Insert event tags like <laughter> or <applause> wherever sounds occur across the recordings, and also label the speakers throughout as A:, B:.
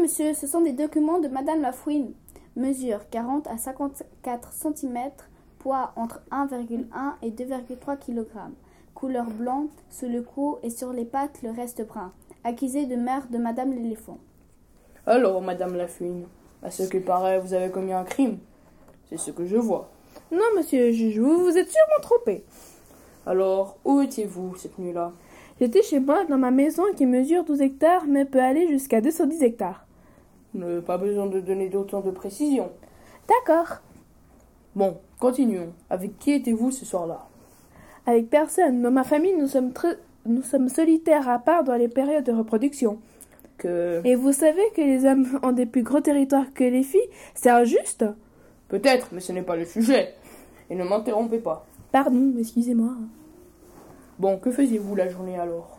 A: monsieur, ce sont des documents de madame Lafouine. Mesure 40 à 54 cm, poids entre 1,1 et 2,3 kg. Couleur blanc sous le cou et sur les pattes le reste brun. Accusé de mère de madame l'éléphant.
B: Alors, Madame Lafouine, à ce que paraît, vous avez commis un crime. C'est ce que je vois.
C: Non, monsieur le juge, vous vous êtes sûrement trompé.
B: Alors, où étiez-vous cette nuit-là
C: J'étais chez moi dans ma maison qui mesure 12 hectares mais peut aller jusqu'à 210 hectares.
B: Ne pas besoin de donner d'autant de précisions.
C: D'accord.
B: Bon, continuons. Avec qui étiez-vous ce soir-là
C: Avec personne, dans ma famille, nous sommes, très- nous sommes solitaires à part dans les périodes de reproduction.
B: Que
C: Et vous savez que les hommes <laughs> ont des plus gros territoires que les filles C'est injuste
B: peut-être, mais ce n'est pas le sujet. Et ne m'interrompez pas.
C: Pardon, excusez-moi.
B: Bon, que faisiez-vous la journée alors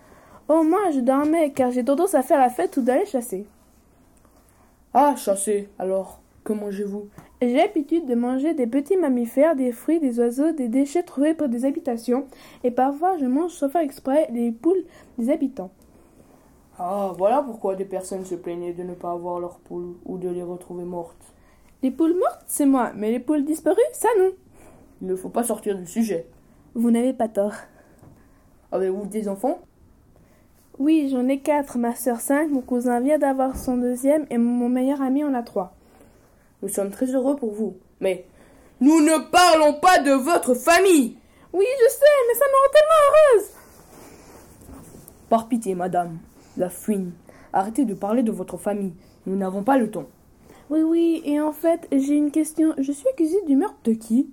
C: Au moins, je dormais car j'ai tendance à faire la fête ou d'aller chasser.
B: Ah, chasser. Alors, que mangez-vous
C: J'ai l'habitude de manger des petits mammifères, des fruits, des oiseaux, des déchets trouvés près des habitations, et parfois je mange sans faire exprès les poules des habitants.
B: Ah, voilà pourquoi des personnes se plaignaient de ne pas avoir leurs poules ou de les retrouver mortes.
C: Les poules mortes, c'est moi, mais les poules disparues, ça non.
B: Il ne faut pas sortir du sujet.
C: Vous n'avez pas tort.
B: Avez-vous des enfants
C: Oui, j'en ai quatre, ma sœur cinq, mon cousin vient d'avoir son deuxième, et mon meilleur ami en a trois.
B: Nous sommes très heureux pour vous. Mais nous ne parlons pas de votre famille
C: Oui, je sais, mais ça me rend tellement heureuse
B: Par pitié, madame. La fouine. Arrêtez de parler de votre famille. Nous n'avons pas le temps.
C: Oui, oui, et en fait, j'ai une question. Je suis accusée du meurtre de qui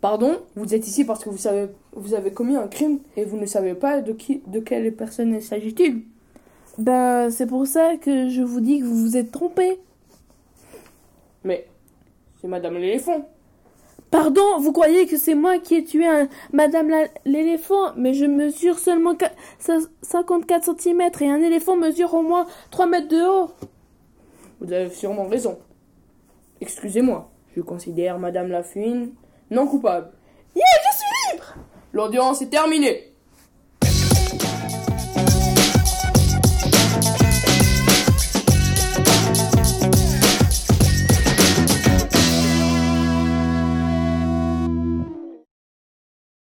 B: Pardon, vous êtes ici parce que vous, savez, vous avez commis un crime et vous ne savez pas de qui, de quelle personne il s'agit-il.
C: Ben, c'est pour ça que je vous dis que vous vous êtes trompé.
B: Mais c'est madame l'éléphant.
C: Pardon, vous croyez que c'est moi qui ai tué un- Madame la- l'éléphant, mais je mesure seulement qua- cin- 54 cm et un éléphant mesure au moins 3 mètres de haut.
B: Vous avez sûrement raison. Excusez-moi, je considère madame la fouine non coupable. Yeah, je suis libre L'audience est terminée.